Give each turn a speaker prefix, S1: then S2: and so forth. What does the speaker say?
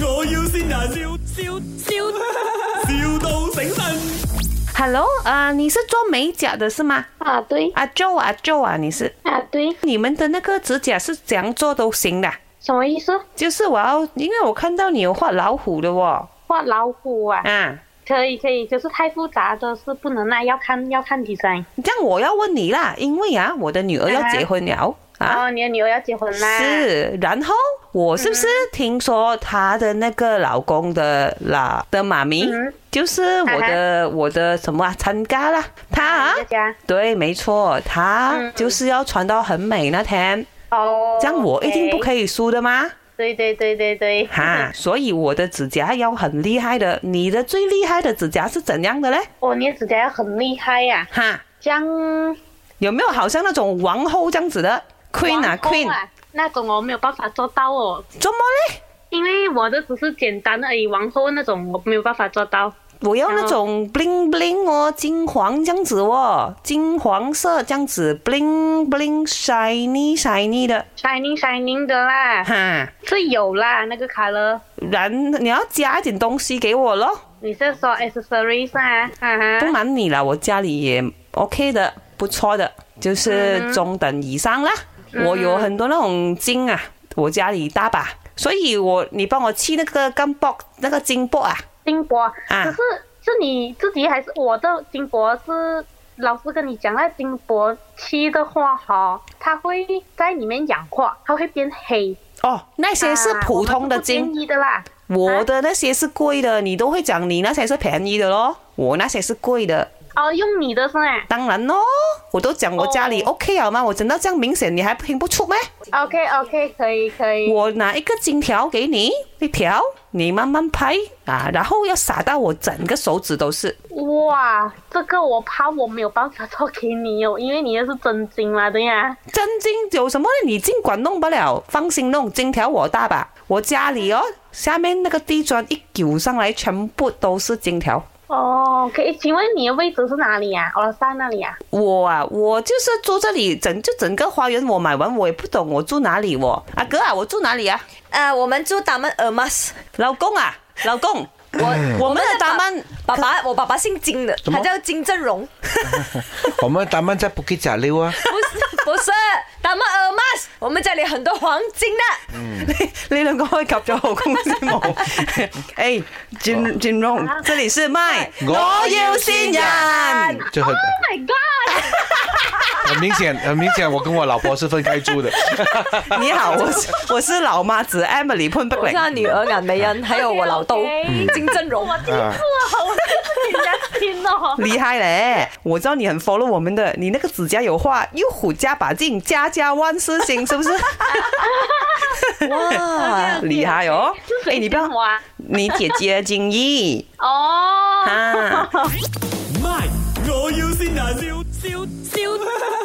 S1: 要先人，笑笑笑，,笑到醒神。
S2: Hello，呃，你是做美甲的是吗？
S3: 啊，对
S2: 阿 Joe 啊 Joe 啊，你是
S3: 啊，对，
S2: 你们的那个指甲是怎样做都行的啊？
S3: 什么意思？
S2: 就是我要，因为我看到你有画老虎的哦，
S3: 画老虎啊？
S2: 啊，
S3: 可以可以，可是太复杂的是不能啊，要看要看 design。
S2: 这样我要问你啦，因为啊，我的女儿要结婚了啊。
S3: 哦，你的女儿要结婚啦？，
S2: 是，然后我是不是听说她的那个老公的啦的妈咪，
S3: 嗯
S2: 就是我的我的什么啊参加啦，她啊
S3: 大家
S2: 对，没错，她
S3: 嗯
S2: 就是要穿到很美那天，
S3: 哦，
S2: 这样我一定不
S3: 以。
S2: 可以输的吗？
S3: 对对对对对，
S2: 哈，所以我的指甲要很厉害的，你的最厉害的指甲是怎样的嘞？
S3: 哦，你的指甲要很厉害啊呀、
S2: 哈，
S3: 像
S2: 有没有好像那种王后这样子的 queen 啊
S3: 王后
S2: queen？
S3: 那种我没有办法做到哦，
S2: 怎么嘞？
S3: 因为我的只是简单而已，王后那种我没有办法做到。
S2: 我要
S3: 然
S2: 那
S3: 后
S2: 种 bling bling 哦，金黄这样子哦，金黄色这样子 bling bling shiny shiny 的
S3: shining shining 的啦，
S2: 哈。
S3: 是有啦，那个 color。
S2: 然你要加一点东西给我咯，
S3: 你是说 accessories 啊？啊
S2: 不
S3: 哈，
S2: 瞒你啦，我家里也 OK 的，不错的，
S3: 嗯
S2: 就是中等以上啦。我有很多那种金啊，我家里一大把，所以我你帮我砌那个钢箔那个金箔啊，
S3: 金箔，
S2: 啊
S3: 可是是你自己还是我的金箔是？老师跟你讲，那金箔漆的话哈，它会在里面氧化，它会变黑。
S2: 哦，那些是
S3: 啊
S2: 普通的
S3: 我
S2: 金
S3: 们是不，建议的啦。
S2: 我的那些是贵的，你都会讲你那些是便宜的咯，我那些是贵的。
S3: 哦，用你的是吗
S2: 当然咯，我都讲我家里
S3: 哦
S2: OK 好吗？我讲到这样明显，你还听不出咩？
S3: ？OK OK，可以可以。
S2: 我拿一个金条给你，一条，你慢慢拍啊，然后要撒到我整个手指都是。
S3: 哇，这个我怕我没有办法做给你哦，因为你的是真金嘛，对呀、
S2: 真金有什么呢？你尽管弄不了，放心弄，金条我大把。我家里哦，下面那个地砖一揪上来，全部都是金条。
S3: 哦，可以，请问你的位置是哪里呀、啊？我在那里呀、
S2: 我啊，我就是住这里，整就整个花园我买完，我也不懂我住哪里我。阿哥啊，我住哪里啊？
S4: 呃，我们住达曼尔马斯，
S2: 老公啊，老公，
S4: 我
S2: 我们的答案
S4: 爸爸，我爸爸姓金的，他
S5: 么
S4: 叫金正荣，
S5: 我们咱们在 Bukit Jalil 啊，
S4: 不 是不是呃达曼尔马斯， 我们家里很多黄金的，
S2: 你两個可以及咗好公司 冇？哎诶，轉轉 wrong，這裡是麥，哦我要先人。
S5: 就很
S3: Oh my god！
S5: 很明显，很明显，我跟我老婆是分开住的。
S2: 你好，我 是我是老媽子 Emily 潘碧
S4: 我是
S2: 玲。。
S4: 他女儿颜美恩，还有我老 豆
S3: OK，OK
S4: 金正荣。
S5: 啊，
S3: 好，我自己在听哦
S2: 厉害嘞！我知道你很 follow 我们的，你那個指甲有畫，又虎加把勁，家家萬事興，是不是？
S4: 哇，
S2: 厲害哦！
S3: 是
S2: 诶，
S3: 谁
S2: 你不要
S3: 骗，我啊？
S2: 你姐姐金怡
S3: 哦。
S2: 啊。
S1: My，我要先人，笑笑笑，,